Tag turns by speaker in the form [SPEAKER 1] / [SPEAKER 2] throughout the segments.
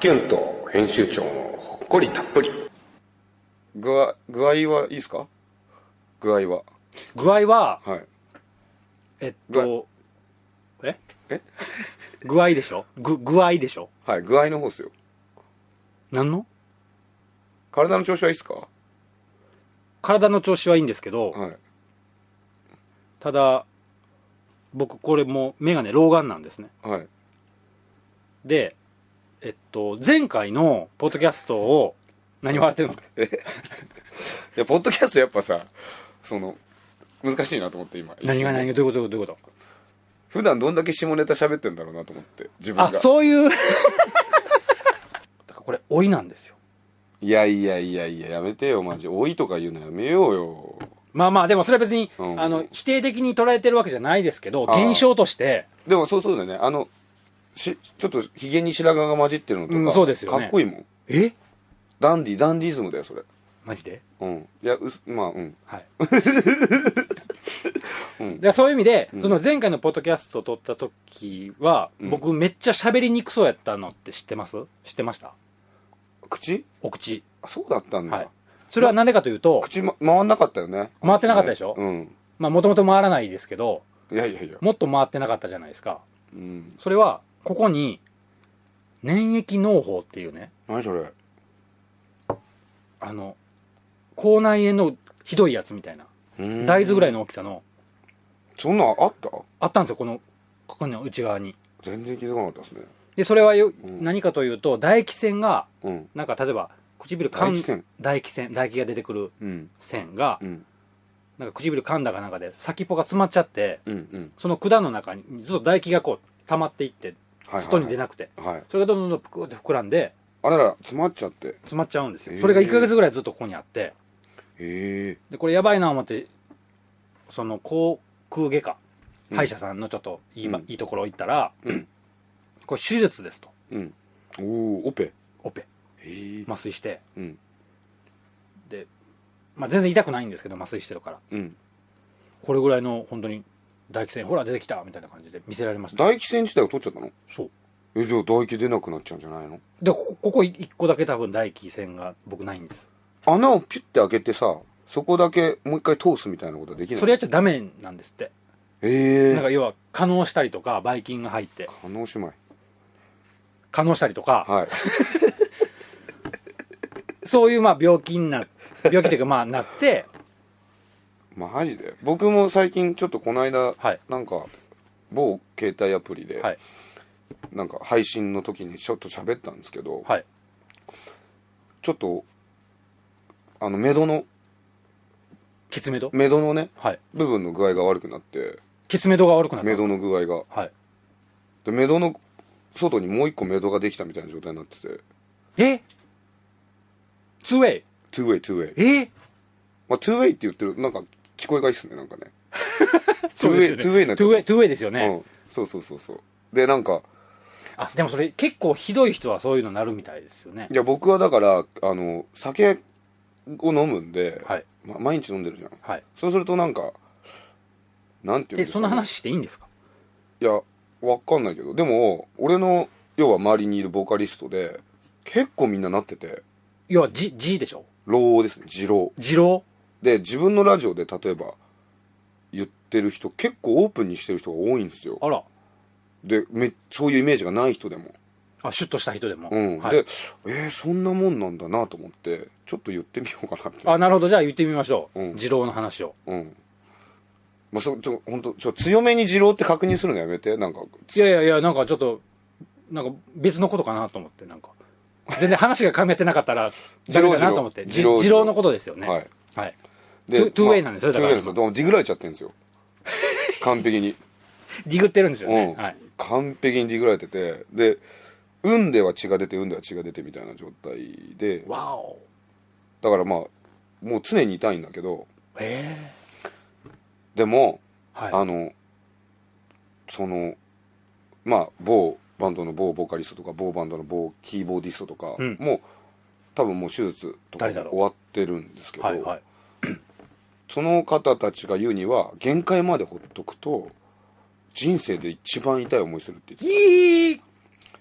[SPEAKER 1] キュンと編集長のほっこりたっぷり
[SPEAKER 2] 具合具合はいいですか具合は
[SPEAKER 3] 具合は
[SPEAKER 2] はい
[SPEAKER 3] えっとえ 具合でしょぐ具合でしょ
[SPEAKER 2] はい具合の方ですよ
[SPEAKER 3] 何の
[SPEAKER 2] 体の調子はいいっすか
[SPEAKER 3] 体の調子はいいんですけど
[SPEAKER 2] はい
[SPEAKER 3] ただ僕これもう眼鏡老眼なんですね
[SPEAKER 2] はい
[SPEAKER 3] でえっと前回のポッドキャストを何笑ってるん ですか
[SPEAKER 2] いやポッドキャストやっぱさその難しいなと思って今
[SPEAKER 3] 何が何がどういうことどういうこ
[SPEAKER 2] 普段どんだけ下ネタ喋ってんだろうなと思って自分
[SPEAKER 3] と
[SPEAKER 2] が
[SPEAKER 3] あそういう だからこれ老いなんですよ
[SPEAKER 2] いやいやいやいややめてよマジ多いとか言うのやめようよ
[SPEAKER 3] まあまあでもそれは別に、
[SPEAKER 2] うん
[SPEAKER 3] あの否定的に捉えてるわけじゃないですけど
[SPEAKER 2] あー
[SPEAKER 3] 現象として
[SPEAKER 2] でもそうそうだよねあのしちょっとひげに白髪が混じってるのとか、
[SPEAKER 3] うんそうですよね
[SPEAKER 2] かっこいいもん
[SPEAKER 3] え
[SPEAKER 2] ダンディダンディズムだよそれ
[SPEAKER 3] マジで
[SPEAKER 2] うんいやうすまあうん
[SPEAKER 3] はい、
[SPEAKER 2] うん
[SPEAKER 3] でそういう意味で、
[SPEAKER 2] うん
[SPEAKER 3] その前回のポッドキャストを撮った時は、
[SPEAKER 2] うん
[SPEAKER 3] 僕めっちゃ喋りにくそうやったのって知ってます知ってました
[SPEAKER 2] 口
[SPEAKER 3] お口
[SPEAKER 2] あそうだったんだ、
[SPEAKER 3] はいそれは何でかというと
[SPEAKER 2] 口、ま、回んなかったよね
[SPEAKER 3] 回ってなかったでしょ
[SPEAKER 2] うん
[SPEAKER 3] まあもともと回らないですけど
[SPEAKER 2] いやいやいや
[SPEAKER 3] もっと回ってなかったじゃないですか
[SPEAKER 2] うん
[SPEAKER 3] それはここに粘液農法っていうね
[SPEAKER 2] 何それ
[SPEAKER 3] あの口内炎のひどいやつみたいな大豆ぐらい
[SPEAKER 2] の
[SPEAKER 3] の大きさの
[SPEAKER 2] そんなんあった
[SPEAKER 3] あったんですよこのここの内側に
[SPEAKER 2] 全然気づかなかったですね
[SPEAKER 3] でそれはよ、
[SPEAKER 2] ん
[SPEAKER 3] 何かというと唾液腺が
[SPEAKER 2] うん
[SPEAKER 3] なんか例えば唇噛
[SPEAKER 2] 換
[SPEAKER 3] ん
[SPEAKER 2] 気扇
[SPEAKER 3] 唾液腺唾液が出てくる
[SPEAKER 2] うん
[SPEAKER 3] 腺が
[SPEAKER 2] うん
[SPEAKER 3] なんか唇噛んだかなんかで先っぽが詰まっちゃって
[SPEAKER 2] うんうん
[SPEAKER 3] その管の中にずっと唾液がこう溜まっていって
[SPEAKER 2] はいはいはい
[SPEAKER 3] 外に出なくて
[SPEAKER 2] はい
[SPEAKER 3] それがどんどんどんぷくって膨らんで
[SPEAKER 2] あらら詰まっちゃってへ
[SPEAKER 3] 詰まっちゃうんです
[SPEAKER 2] へ
[SPEAKER 3] よ
[SPEAKER 2] ー
[SPEAKER 3] それが1ヶ月ぐらいずっとここにあって
[SPEAKER 2] え
[SPEAKER 3] でこれやばいな思ってその口腔外科
[SPEAKER 2] うん
[SPEAKER 3] 歯医者さんのちょっといい,、
[SPEAKER 2] うん
[SPEAKER 3] いいところ行ったら、
[SPEAKER 2] うん
[SPEAKER 3] これ手術ですと
[SPEAKER 2] うんおおオペ
[SPEAKER 3] オペ
[SPEAKER 2] へえ
[SPEAKER 3] 麻酔して
[SPEAKER 2] うん
[SPEAKER 3] で、まあ、全然痛くないんですけど麻酔してるから
[SPEAKER 2] うん
[SPEAKER 3] これぐらいの本当に唾液腺ほら出てきたみたいな感じで見せられました
[SPEAKER 2] 唾液腺自体を取っちゃったの
[SPEAKER 3] そう
[SPEAKER 2] えじゃあ唾液出なくなっちゃうんじゃないの
[SPEAKER 3] でこここ1個だけ多分唾液腺が僕ないんです
[SPEAKER 2] 穴をピュッて開けてさそこだけもう一回通すみたいなことはできない
[SPEAKER 3] それやっちゃダメなんですって
[SPEAKER 2] ええ
[SPEAKER 3] なんか要は可能したりとかばい菌が入って
[SPEAKER 2] 可能姉妹
[SPEAKER 3] 可能したりとか
[SPEAKER 2] はい
[SPEAKER 3] そういうまあ病気にな病気というかまあな って
[SPEAKER 2] マジで僕も最近ちょっとこの間
[SPEAKER 3] はい
[SPEAKER 2] なんか某携帯アプリで、
[SPEAKER 3] はい
[SPEAKER 2] なんか配信の時にちょっと喋ったんですけど、
[SPEAKER 3] はい
[SPEAKER 2] ちょっとあのメドの
[SPEAKER 3] ケツメド
[SPEAKER 2] メドのね
[SPEAKER 3] はい
[SPEAKER 2] 部分の具合が悪くなって
[SPEAKER 3] ケツメドが悪くなった
[SPEAKER 2] メドの具合が
[SPEAKER 3] はい
[SPEAKER 2] でメドの外にもう一個メドができたみたいな状態になってて
[SPEAKER 3] えツーウェイ
[SPEAKER 2] 2way 2way
[SPEAKER 3] え
[SPEAKER 2] まあ 2way って言ってるなんか聞こえがいいっすねなんかね
[SPEAKER 3] そうです
[SPEAKER 2] 2way
[SPEAKER 3] よ
[SPEAKER 2] 2way
[SPEAKER 3] ね
[SPEAKER 2] になっち
[SPEAKER 3] ト
[SPEAKER 2] ゃっ
[SPEAKER 3] ゥーウ
[SPEAKER 2] た
[SPEAKER 3] ェイトゥーウェイですよね、
[SPEAKER 2] うん、そうそうそうそうでなんか
[SPEAKER 3] あでもそれ結構ひどい人はそういうのなるみたいですよね
[SPEAKER 2] いや僕はだからあの酒を飲むんで、
[SPEAKER 3] はい
[SPEAKER 2] ま毎日飲んでるじゃん
[SPEAKER 3] はい
[SPEAKER 2] そうするとなんかなんていうん
[SPEAKER 3] え
[SPEAKER 2] ですか、
[SPEAKER 3] そん
[SPEAKER 2] ね、
[SPEAKER 3] な話していいんですか
[SPEAKER 2] いやわかんないけどでも俺の要は周りにいるボーカリストで結構みんななってて
[SPEAKER 3] いやじじでしょ
[SPEAKER 2] 老王ですね次郎
[SPEAKER 3] 次郎
[SPEAKER 2] で自分のラジオで例えば言ってる人結構オープンにしてる人が多いんですよ
[SPEAKER 3] あら
[SPEAKER 2] でめそういうイメージがない人でも
[SPEAKER 3] あシュッとした人でも、
[SPEAKER 2] うん、
[SPEAKER 3] はい
[SPEAKER 2] で、えーそんなもんなんだなと思ってちょっと言ってみようかなって
[SPEAKER 3] あなるほどじゃあ言ってみましょう、
[SPEAKER 2] うん
[SPEAKER 3] 次郎の話を
[SPEAKER 2] うんまあ、そちょ本当ちょ強めに二郎って確認するのやめてなんか
[SPEAKER 3] いやいやいやなんかちょっとなんか別のことかなと思ってなんか全然話が噛み合ってなかっ たら
[SPEAKER 2] 次
[SPEAKER 3] ダメ
[SPEAKER 2] 郎
[SPEAKER 3] だなと思って
[SPEAKER 2] 次
[SPEAKER 3] 次
[SPEAKER 2] 郎
[SPEAKER 3] 郎次郎のことですよね
[SPEAKER 2] は
[SPEAKER 3] はい、
[SPEAKER 2] い
[SPEAKER 3] トゥトゥーウェイなんですよ
[SPEAKER 2] まあ
[SPEAKER 3] だ
[SPEAKER 2] トゥーウェイな
[SPEAKER 3] から
[SPEAKER 2] んですよでもディグられちゃってるんです よ完璧に
[SPEAKER 3] ディグってるんですよね、
[SPEAKER 2] うん
[SPEAKER 3] はい
[SPEAKER 2] 完璧にディグられててで運では血が出て運では血が出てみたいな状態で
[SPEAKER 3] わお
[SPEAKER 2] だからまあもう常に痛いんだけど
[SPEAKER 3] へ
[SPEAKER 2] でも、
[SPEAKER 3] えはい
[SPEAKER 2] あのそのまあ某バンドの某ボーカリストとか某バンドの某キーボーディストとか、
[SPEAKER 3] うん
[SPEAKER 2] もう多分もう手術とか
[SPEAKER 3] 誰だろう
[SPEAKER 2] 終わってるんですけど、
[SPEAKER 3] はいはい
[SPEAKER 2] その方たちが言うには限界までほっとくと人生で一番痛い思いするって言って
[SPEAKER 3] いい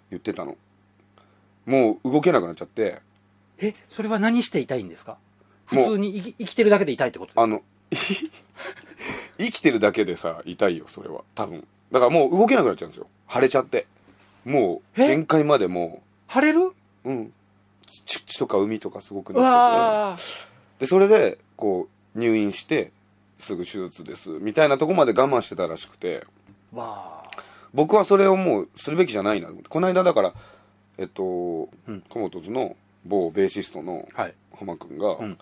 [SPEAKER 2] 言ってたのもう動けなくなっちゃって
[SPEAKER 3] えそれは何して痛いんですか
[SPEAKER 2] もう
[SPEAKER 3] 普通に生き生きてるだけで痛いってことです
[SPEAKER 2] あの 生きてるだけでさ痛いよそれは多分だからもう動けなくなっちゃうんですよ腫れちゃってもう
[SPEAKER 3] え
[SPEAKER 2] 限界までも
[SPEAKER 3] 腫れる
[SPEAKER 2] ううんち地とか海とかすごく
[SPEAKER 3] う
[SPEAKER 2] なっちゃって
[SPEAKER 3] わー
[SPEAKER 2] でそれでこう入院してすぐ手術ですみたいなとこまで我慢してたらしくて
[SPEAKER 3] わー
[SPEAKER 2] 僕はそれをもうするべきじゃないなと思ってこの間だからえっと、
[SPEAKER 3] ん
[SPEAKER 2] コモトズの某ベーシストの
[SPEAKER 3] はい
[SPEAKER 2] 浜君が、
[SPEAKER 3] うん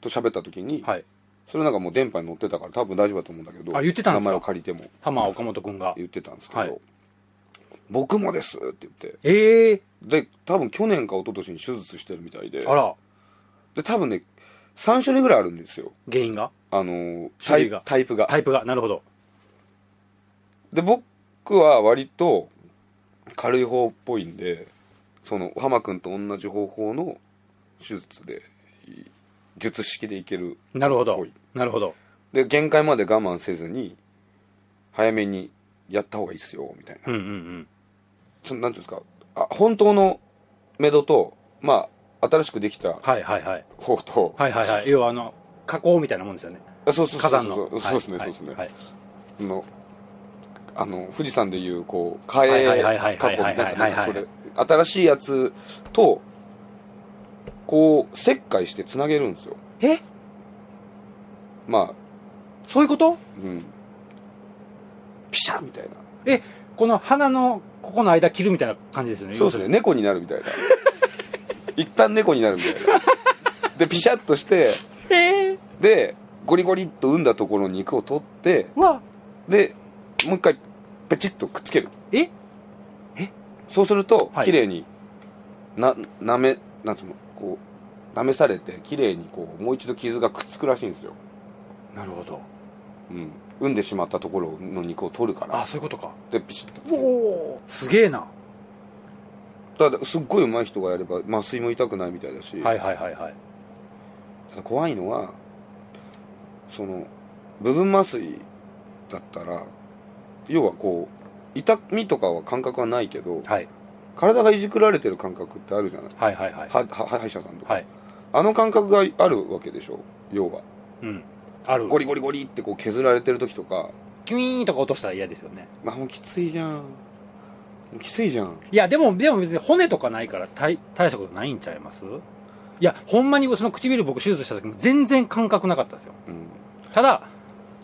[SPEAKER 2] と喋った時に、
[SPEAKER 3] はい
[SPEAKER 2] それなんかもう電波に乗ってたから多分大丈夫だと思うんだけど
[SPEAKER 3] あ言ってたんです
[SPEAKER 2] 名
[SPEAKER 3] か
[SPEAKER 2] 前を借りても
[SPEAKER 3] 浜岡本君が
[SPEAKER 2] 言ってたんですけど、
[SPEAKER 3] はい
[SPEAKER 2] 僕もですって言って
[SPEAKER 3] ええ
[SPEAKER 2] で多分去年か一昨年に手術してるみたいで
[SPEAKER 3] あら
[SPEAKER 2] で多分ね3種類ぐらいあるんですよ
[SPEAKER 3] 原因が
[SPEAKER 2] あのータ
[SPEAKER 3] 種類
[SPEAKER 2] イ
[SPEAKER 3] が
[SPEAKER 2] タイプが
[SPEAKER 3] タイプがなるほど
[SPEAKER 2] で僕は割と軽い方っぽいんでその浜君と同じ方法の手術でい術式でいける
[SPEAKER 3] なるほ
[SPEAKER 2] ほ
[SPEAKER 3] ど
[SPEAKER 2] い
[SPEAKER 3] なるほど
[SPEAKER 2] で限界まで我慢せずに早めにやった方がいいですよみたいな
[SPEAKER 3] うんうんうん
[SPEAKER 2] そのなんていうんですかあ本当のメドとまあ新しくできた
[SPEAKER 3] はいはいはい
[SPEAKER 2] 方と、
[SPEAKER 3] はいは いはい要はあの加工みたいなもんですよね
[SPEAKER 2] あそうそうそ
[SPEAKER 3] 火
[SPEAKER 2] うそ
[SPEAKER 3] 山の
[SPEAKER 2] うそうですねそう
[SPEAKER 3] はい
[SPEAKER 2] ですね、
[SPEAKER 3] はい
[SPEAKER 2] あのあの富士山でいうこう
[SPEAKER 3] い
[SPEAKER 2] 替
[SPEAKER 3] はいはいはい
[SPEAKER 2] え
[SPEAKER 3] は
[SPEAKER 2] 過
[SPEAKER 3] い
[SPEAKER 2] 去みたい
[SPEAKER 3] はいは
[SPEAKER 2] ないそれ新しいやつとこう切開してつなげるんですよ
[SPEAKER 3] え
[SPEAKER 2] まあ
[SPEAKER 3] そういうこと
[SPEAKER 2] うんピシャみたいな
[SPEAKER 3] この鼻のここの間切るみたいな感じですよね
[SPEAKER 2] そうですね猫になるみたいな一旦猫になるみたいなでピシャッとして
[SPEAKER 3] 要するにえ
[SPEAKER 2] でゴリゴリっと産んだところに肉を取って
[SPEAKER 3] ー、わ
[SPEAKER 2] でもう一回ペチッとくっつける
[SPEAKER 3] え
[SPEAKER 2] そうすると
[SPEAKER 3] はい
[SPEAKER 2] 綺麗に、ななめなんつうのこうなめされて綺麗にこうもう一度傷がくっつくらしいんですよ、
[SPEAKER 3] なるほど
[SPEAKER 2] うん、産んでしまったところの肉を取るから
[SPEAKER 3] あそういうことか
[SPEAKER 2] でピシッと
[SPEAKER 3] おおすげえな
[SPEAKER 2] ただすっごい上手い人がやれば麻酔も痛くないみたいだし、
[SPEAKER 3] はいはいはいはい
[SPEAKER 2] ただ怖いのはその部分麻酔だったら要はこう痛みとかは感覚はないけど
[SPEAKER 3] はい
[SPEAKER 2] 体がいじくられてる感覚ってあるじゃない
[SPEAKER 3] はいはいはい
[SPEAKER 2] はは歯医者さんとか、
[SPEAKER 3] はい
[SPEAKER 2] あの感覚があるわけでしょ要は
[SPEAKER 3] うんある
[SPEAKER 2] ゴリゴリゴリってこう削られてる時とか
[SPEAKER 3] キュイーンとか落としたら嫌ですよね
[SPEAKER 2] まあもうきついじゃんもうきついじゃん
[SPEAKER 3] いやでもでも別に骨とかないから大大したことないんちゃいますいやほんまにその唇僕手術した時も全然感覚なかったですよ
[SPEAKER 2] うん
[SPEAKER 3] ただ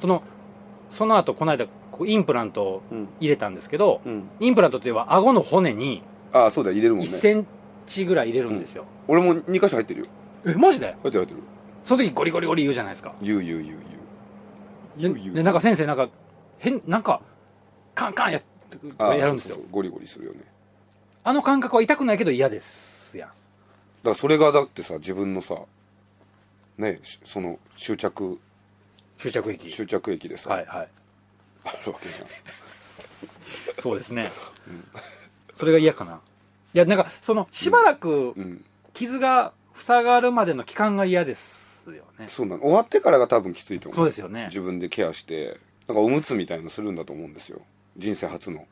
[SPEAKER 3] そのその後この間こうインプラントを
[SPEAKER 2] うん
[SPEAKER 3] 入れたんですけど
[SPEAKER 2] うん
[SPEAKER 3] インプラントっていうのは顎の骨に
[SPEAKER 2] ああそうだ入れるもん
[SPEAKER 3] 1
[SPEAKER 2] ね
[SPEAKER 3] センチぐらい入れるんですよ、
[SPEAKER 2] 俺も2箇所入ってるよ
[SPEAKER 3] えマジで
[SPEAKER 2] 入ってる入ってる
[SPEAKER 3] その時ゴリゴリゴリ言うじゃないですか
[SPEAKER 2] 言う言う言う
[SPEAKER 3] で
[SPEAKER 2] 言う言う
[SPEAKER 3] でなんか先生なんか変なんかカンカンや
[SPEAKER 2] ああ
[SPEAKER 3] やるんです
[SPEAKER 2] そ
[SPEAKER 3] よ
[SPEAKER 2] うそうそうゴリゴリするよね
[SPEAKER 3] あの感覚は痛くないけど嫌ですやん
[SPEAKER 2] だからそれがだってさ自分のさねしその終着
[SPEAKER 3] 終着駅
[SPEAKER 2] 終着駅でさ、
[SPEAKER 3] はいはい
[SPEAKER 2] あるわけじゃん
[SPEAKER 3] そうですね、それが嫌かないやなんかそのしばらく
[SPEAKER 2] うん
[SPEAKER 3] 傷が塞がるまでの期間が嫌ですよね、
[SPEAKER 2] そうなの終わってからが多分きついと思
[SPEAKER 3] そううですよね
[SPEAKER 2] 自分でケアしてなんかおむつみたいのするんだと思うんですよ人生初の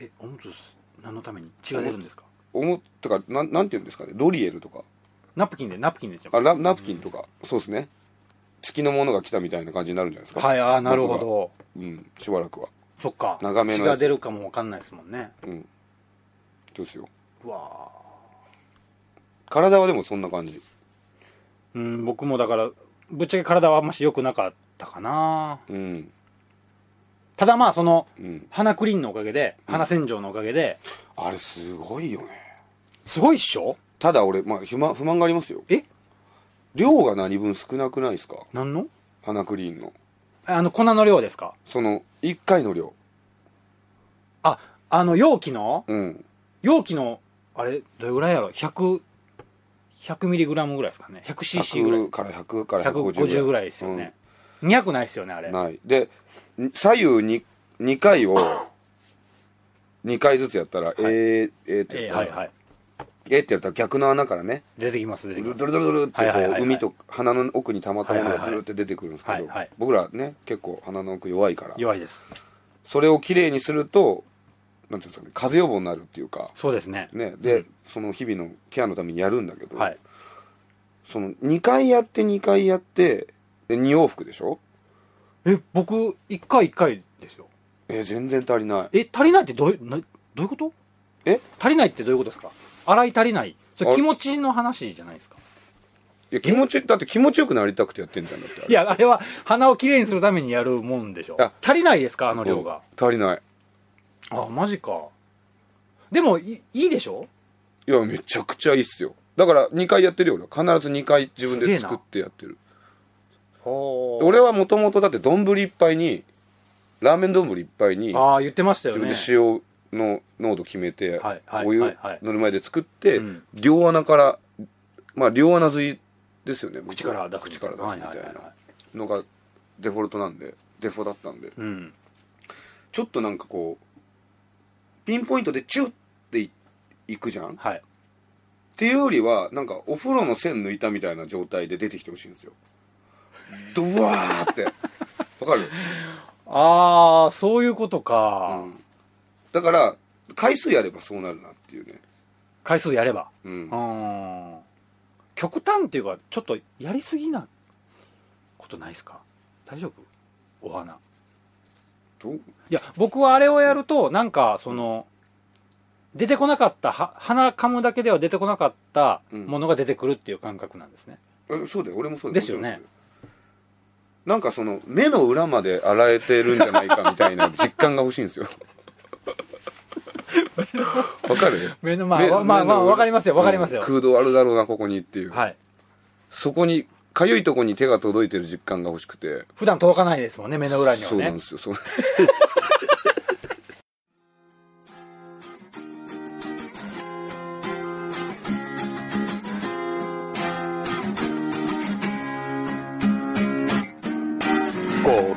[SPEAKER 3] えおむつ何のために血が出るんですか
[SPEAKER 2] おむつとかなんなんて言うんですかねロリエルとか
[SPEAKER 3] ナプキンでナプキンでじゃ
[SPEAKER 2] あラナプキンとか、そうですね月のものが来たみたいな感じになるんじゃないですか
[SPEAKER 3] はいああなるほ
[SPEAKER 2] 僕
[SPEAKER 3] ど
[SPEAKER 2] がうんしばらくは
[SPEAKER 3] そっか
[SPEAKER 2] 長めのやつ
[SPEAKER 3] 血が出るかもわかんないですもんね
[SPEAKER 2] うんどうしよう
[SPEAKER 3] うわ
[SPEAKER 2] 体はでもそんな感じ
[SPEAKER 3] ーうん僕もだからぶっちゃけ体はあんまし良くなかったかな
[SPEAKER 2] うん
[SPEAKER 3] ただまあその
[SPEAKER 2] うん
[SPEAKER 3] 鼻クリーンのおかげで鼻洗浄のおかげで、
[SPEAKER 2] あれすごいよね
[SPEAKER 3] すごいっしょ
[SPEAKER 2] ただ俺、まあ、不満不満がありますよ
[SPEAKER 3] え
[SPEAKER 2] 量が何分少なくないですか
[SPEAKER 3] 何の
[SPEAKER 2] 花クリーンの
[SPEAKER 3] あの粉の量ですか
[SPEAKER 2] その1回の量
[SPEAKER 3] あ、あの、容器の
[SPEAKER 2] うん
[SPEAKER 3] 容器の、あれ、どれぐらいやろ ?100、100ミリグラムぐらいですかね。100cc ぐらい
[SPEAKER 2] 100。から100から
[SPEAKER 3] 150
[SPEAKER 2] 150
[SPEAKER 3] ぐらいですよね。200ないですよね、あ
[SPEAKER 2] う
[SPEAKER 3] れ
[SPEAKER 2] ん。ないでに左右に2回を2回ずつやったら、えー、えーって
[SPEAKER 3] ええ
[SPEAKER 2] やったら、
[SPEAKER 3] はいはい。
[SPEAKER 2] えーってやったら逆の穴からね
[SPEAKER 3] 出てきます、出て
[SPEAKER 2] ド
[SPEAKER 3] き
[SPEAKER 2] ル
[SPEAKER 3] ま
[SPEAKER 2] ドル
[SPEAKER 3] す。
[SPEAKER 2] ドルドルってこう、
[SPEAKER 3] はいはいはいはい
[SPEAKER 2] 海と鼻の奥に溜まったものがずるって出てくるんですけど、
[SPEAKER 3] はいはい
[SPEAKER 2] 僕らね結構鼻の奥弱いから
[SPEAKER 3] 弱いです。
[SPEAKER 2] それをきれいにするとなんていうんですかね、風邪予防になるっていうか、
[SPEAKER 3] そうですね。
[SPEAKER 2] ね、で、その日々のケアのためにやるんだけど、
[SPEAKER 3] はい。
[SPEAKER 2] その2回やって2回やって、で2往復でしょ
[SPEAKER 3] え、僕、一回一回ですよ。
[SPEAKER 2] えー全然足りない。
[SPEAKER 3] え、足りないってどういう、などういうこと
[SPEAKER 2] え
[SPEAKER 3] 足りないってどういうことですか洗い足りない。
[SPEAKER 2] あ
[SPEAKER 3] それ
[SPEAKER 2] れ
[SPEAKER 3] 気持ちの話じゃないですか。
[SPEAKER 2] いや、気持ち、だって気持ちよくなりたくてやってんじゃんだって。
[SPEAKER 3] いや、あれは鼻をきれいにするためにやるもんでしょ
[SPEAKER 2] あ。
[SPEAKER 3] 足りないですかあ
[SPEAKER 2] あ
[SPEAKER 3] の
[SPEAKER 2] れ、
[SPEAKER 3] 量が。
[SPEAKER 2] 足りない。
[SPEAKER 3] あ、マジか。でも、いいいでしょ
[SPEAKER 2] いや、めちゃくちゃいいっすよ。だから2回やってるよ。俺は必ず2回自分
[SPEAKER 3] すげえ
[SPEAKER 2] で
[SPEAKER 3] な
[SPEAKER 2] 作ってやってる。
[SPEAKER 3] 俺
[SPEAKER 2] 俺はもともとだって丼いっぱいに、ラーメン丼いっぱいに、
[SPEAKER 3] ああ、言ってましたよ
[SPEAKER 2] 自分
[SPEAKER 3] ね
[SPEAKER 2] で。塩の濃度決めて、
[SPEAKER 3] はいはい
[SPEAKER 2] お湯
[SPEAKER 3] はいはい
[SPEAKER 2] ぬるま湯で作って、
[SPEAKER 3] うん
[SPEAKER 2] 両穴からまあ両穴吸いですよね
[SPEAKER 3] 口から出す。
[SPEAKER 2] 口から出すみた
[SPEAKER 3] はいはは
[SPEAKER 2] なのがデフォルトなんでデフォだったんで
[SPEAKER 3] うん。
[SPEAKER 2] ちょっとなんかこうピンポイントでチュッっていいくじゃんっ
[SPEAKER 3] はい。
[SPEAKER 2] ていうよりはなんかお風呂の線抜いたみたいな状態で出てきてほしいんですよドワーって わかる、
[SPEAKER 3] ああ、そういうこと
[SPEAKER 2] う
[SPEAKER 3] か。
[SPEAKER 2] ん、だから回数やればそうなるなっていうね
[SPEAKER 3] 回数やれば。
[SPEAKER 2] うん
[SPEAKER 3] うん。極端っていうか、ちょっとやりすぎなことないですか大丈夫お花。
[SPEAKER 2] どう
[SPEAKER 3] いや、僕はあれをやると、なんか、その、出てこなかった、は鼻噛むだけでは出てこなかったものが出てくるっていう感覚なんですね。
[SPEAKER 2] えそうだよ俺もそうだ
[SPEAKER 3] ですよね
[SPEAKER 2] なんかその目の裏まで洗えてるんじゃないかみたい な実感が欲しいんですよわかる
[SPEAKER 3] 目のまあ、
[SPEAKER 2] 目
[SPEAKER 3] わまあ、
[SPEAKER 2] 目
[SPEAKER 3] ま
[SPEAKER 2] の
[SPEAKER 3] あ、
[SPEAKER 2] 裏
[SPEAKER 3] わかりますよ、わかりますよ
[SPEAKER 2] うん。空洞あるだろうなここにっていう、
[SPEAKER 3] はい。
[SPEAKER 2] そこにかゆいとこに手が届いてる実感が欲しくて
[SPEAKER 3] 普段届かないですもんね、目の裏には
[SPEAKER 2] そうなん
[SPEAKER 3] ね
[SPEAKER 2] で。すよそう
[SPEAKER 4] ゴ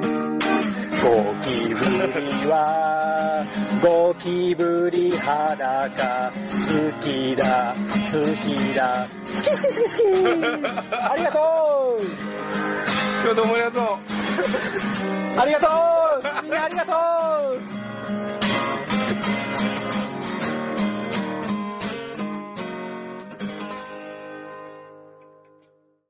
[SPEAKER 4] ゴキブリはゴキブリ裸好きだ好きだ好き好き好き好 きありがとう
[SPEAKER 2] 今日どうもありがとう
[SPEAKER 4] ありがとうみんなありがとう